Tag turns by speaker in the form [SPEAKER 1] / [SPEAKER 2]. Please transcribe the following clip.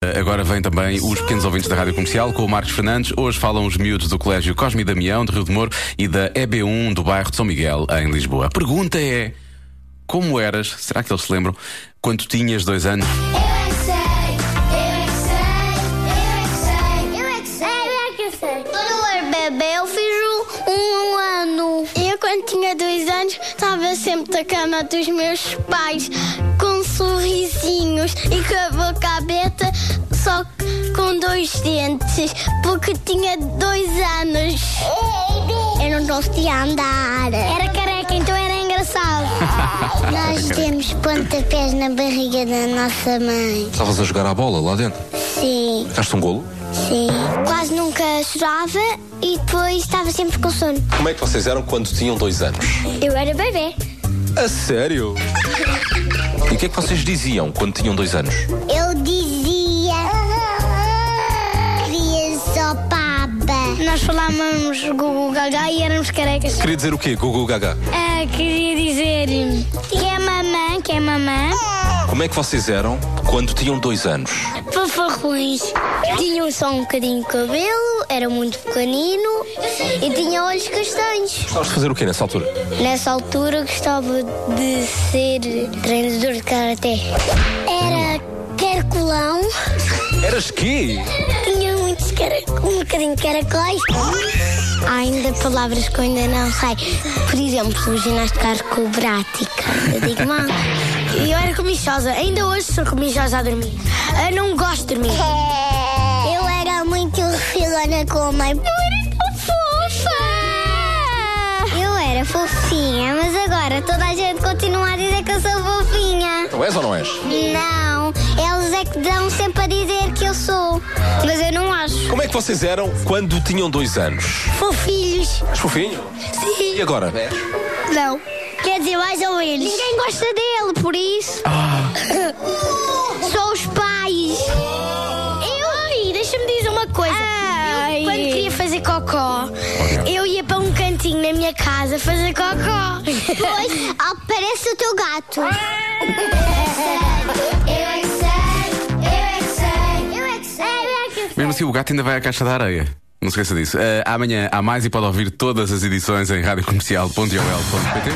[SPEAKER 1] Eh, agora vem também os pequenos ouvintes da Rádio Comercial com o Marcos Fernandes. Hoje falam os miúdos do Colégio Cosme e Damião de Rio de Moro e da EB1 do bairro de São Miguel, em Lisboa. A pergunta é: como eras, será que eles se lembram, quando tinhas dois anos?
[SPEAKER 2] Eu é que sei, eu é que sei, eu é que sei, eu é que sei, eu é que sei. Quando eu era bebê, eu fiz um, um ano. Eu, quando tinha dois anos, estava sempre na cama dos meus pais, com sorrisinhos e com a boca aberta, só que com dois dentes, porque tinha dois anos. Eu não conseguia andar. Era careca, então era engraçado. Nós temos pontapés na barriga da nossa mãe.
[SPEAKER 1] Estavas a jogar à bola lá dentro?
[SPEAKER 2] Sim,
[SPEAKER 1] Ficaste um golo?
[SPEAKER 2] sim. Quase nunca chorava e depois estava sempre com sono.
[SPEAKER 3] Como é que vocês eram quando tinham dois anos?
[SPEAKER 2] Eu era bebê.
[SPEAKER 3] A sério? E o que é que vocês diziam quando tinham dois anos?
[SPEAKER 2] Eu dizia. Queria só papa. Nós falávamos Gugu Gaga e éramos carecas.
[SPEAKER 3] Queria dizer o quê? Gugu Gaga.
[SPEAKER 2] Ah, queria dizer. Que é mamã, que é mamã.
[SPEAKER 3] Como é que vocês eram quando tinham dois anos?
[SPEAKER 2] Pafarruins. Tinham só um bocadinho de cabelo, era muito pequenino e tinha olhos castanhos.
[SPEAKER 3] Gostavas de fazer o quê nessa altura?
[SPEAKER 2] Nessa altura gostava de ser treinador de karaté. Era caracolão,
[SPEAKER 3] Eras quê?
[SPEAKER 2] tinha muitos caracóis, um bocadinho de caracóis. Há ainda palavras que eu ainda não sei. Por exemplo, ginástica arcobrática. Eu digo mal. E eu era comichosa. Ainda hoje sou comichosa a dormir. Eu não gosto de dormir. Eu era muito filona com a mãe. Eu era tão fofa! Eu era fofinha, mas agora toda a gente continua a dizer que eu sou fofinha.
[SPEAKER 3] Não és ou não és?
[SPEAKER 2] Não, eles é que dão sempre a dizer que eu sou. Mas eu não acho.
[SPEAKER 3] Como é que vocês eram quando tinham dois anos?
[SPEAKER 2] Fofinhos.
[SPEAKER 3] És fofinho? É. E
[SPEAKER 2] Sim.
[SPEAKER 3] agora?
[SPEAKER 2] Não. Quer dizer, mais ou menos. Ah. Ninguém gosta dele, por isso. Só os pais. Eu. Ai, deixa-me dizer uma coisa. Eu, quando queria fazer cocó, eu ia para um cantinho na minha casa fazer cocó. Pois, parece o teu gato. é
[SPEAKER 1] Mesmo assim, o gato ainda vai à caixa da areia. Eh, Não se esqueça disso. Ah, amanhã há mais e pode ouvir todas as edições em radiocomercial.ol.pt.